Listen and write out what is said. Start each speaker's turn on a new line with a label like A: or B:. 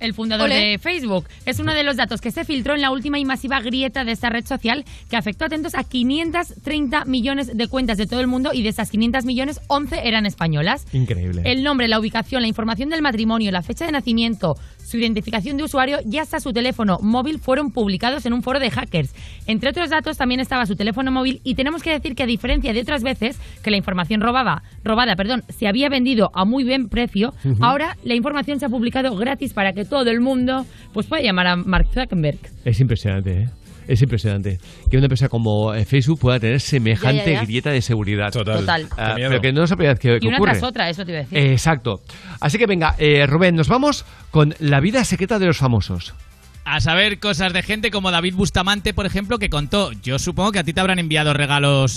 A: el fundador
B: Ole.
A: de Facebook. Es uno de los datos que se filtró en la última y masiva grieta de esta red social que afectó atentos a 530 millones de cuentas de todo el mundo y de esas 500 millones, 11 eran españolas.
C: Increíble.
A: El nombre, la ubicación, la información del matrimonio, la fecha de nacimiento, su identificación de usuario y hasta su teléfono móvil fueron publicados en un foro de hackers. Entre otros datos también estaba su teléfono móvil y tenemos que decir que a diferencia de otras veces que la información robaba, robada, perdón, se había vendido a muy buen precio,
C: Ujú.
A: ahora la información se ha publicado gratis para que todo el mundo pues pueda llamar a Mark Zuckerberg.
C: Es impresionante, ¿eh? Es impresionante que una empresa como eh, Facebook pueda tener semejante
A: Ya, ya, ya.
C: grieta de seguridad.
D: Total.
A: Total.
C: Ah,
D: Qué miedo.
C: pero que no es la primera vez que, que
A: Y una
C: ocurre.
A: tras otra, eso te iba a decir.
C: Eh, Exacto. Así que venga, eh, Rubén, nos vamos con la vida secreta de los famosos.
E: A saber cosas de gente como David Bustamante, por ejemplo, que contó. Yo supongo que a ti te habrán enviado regalos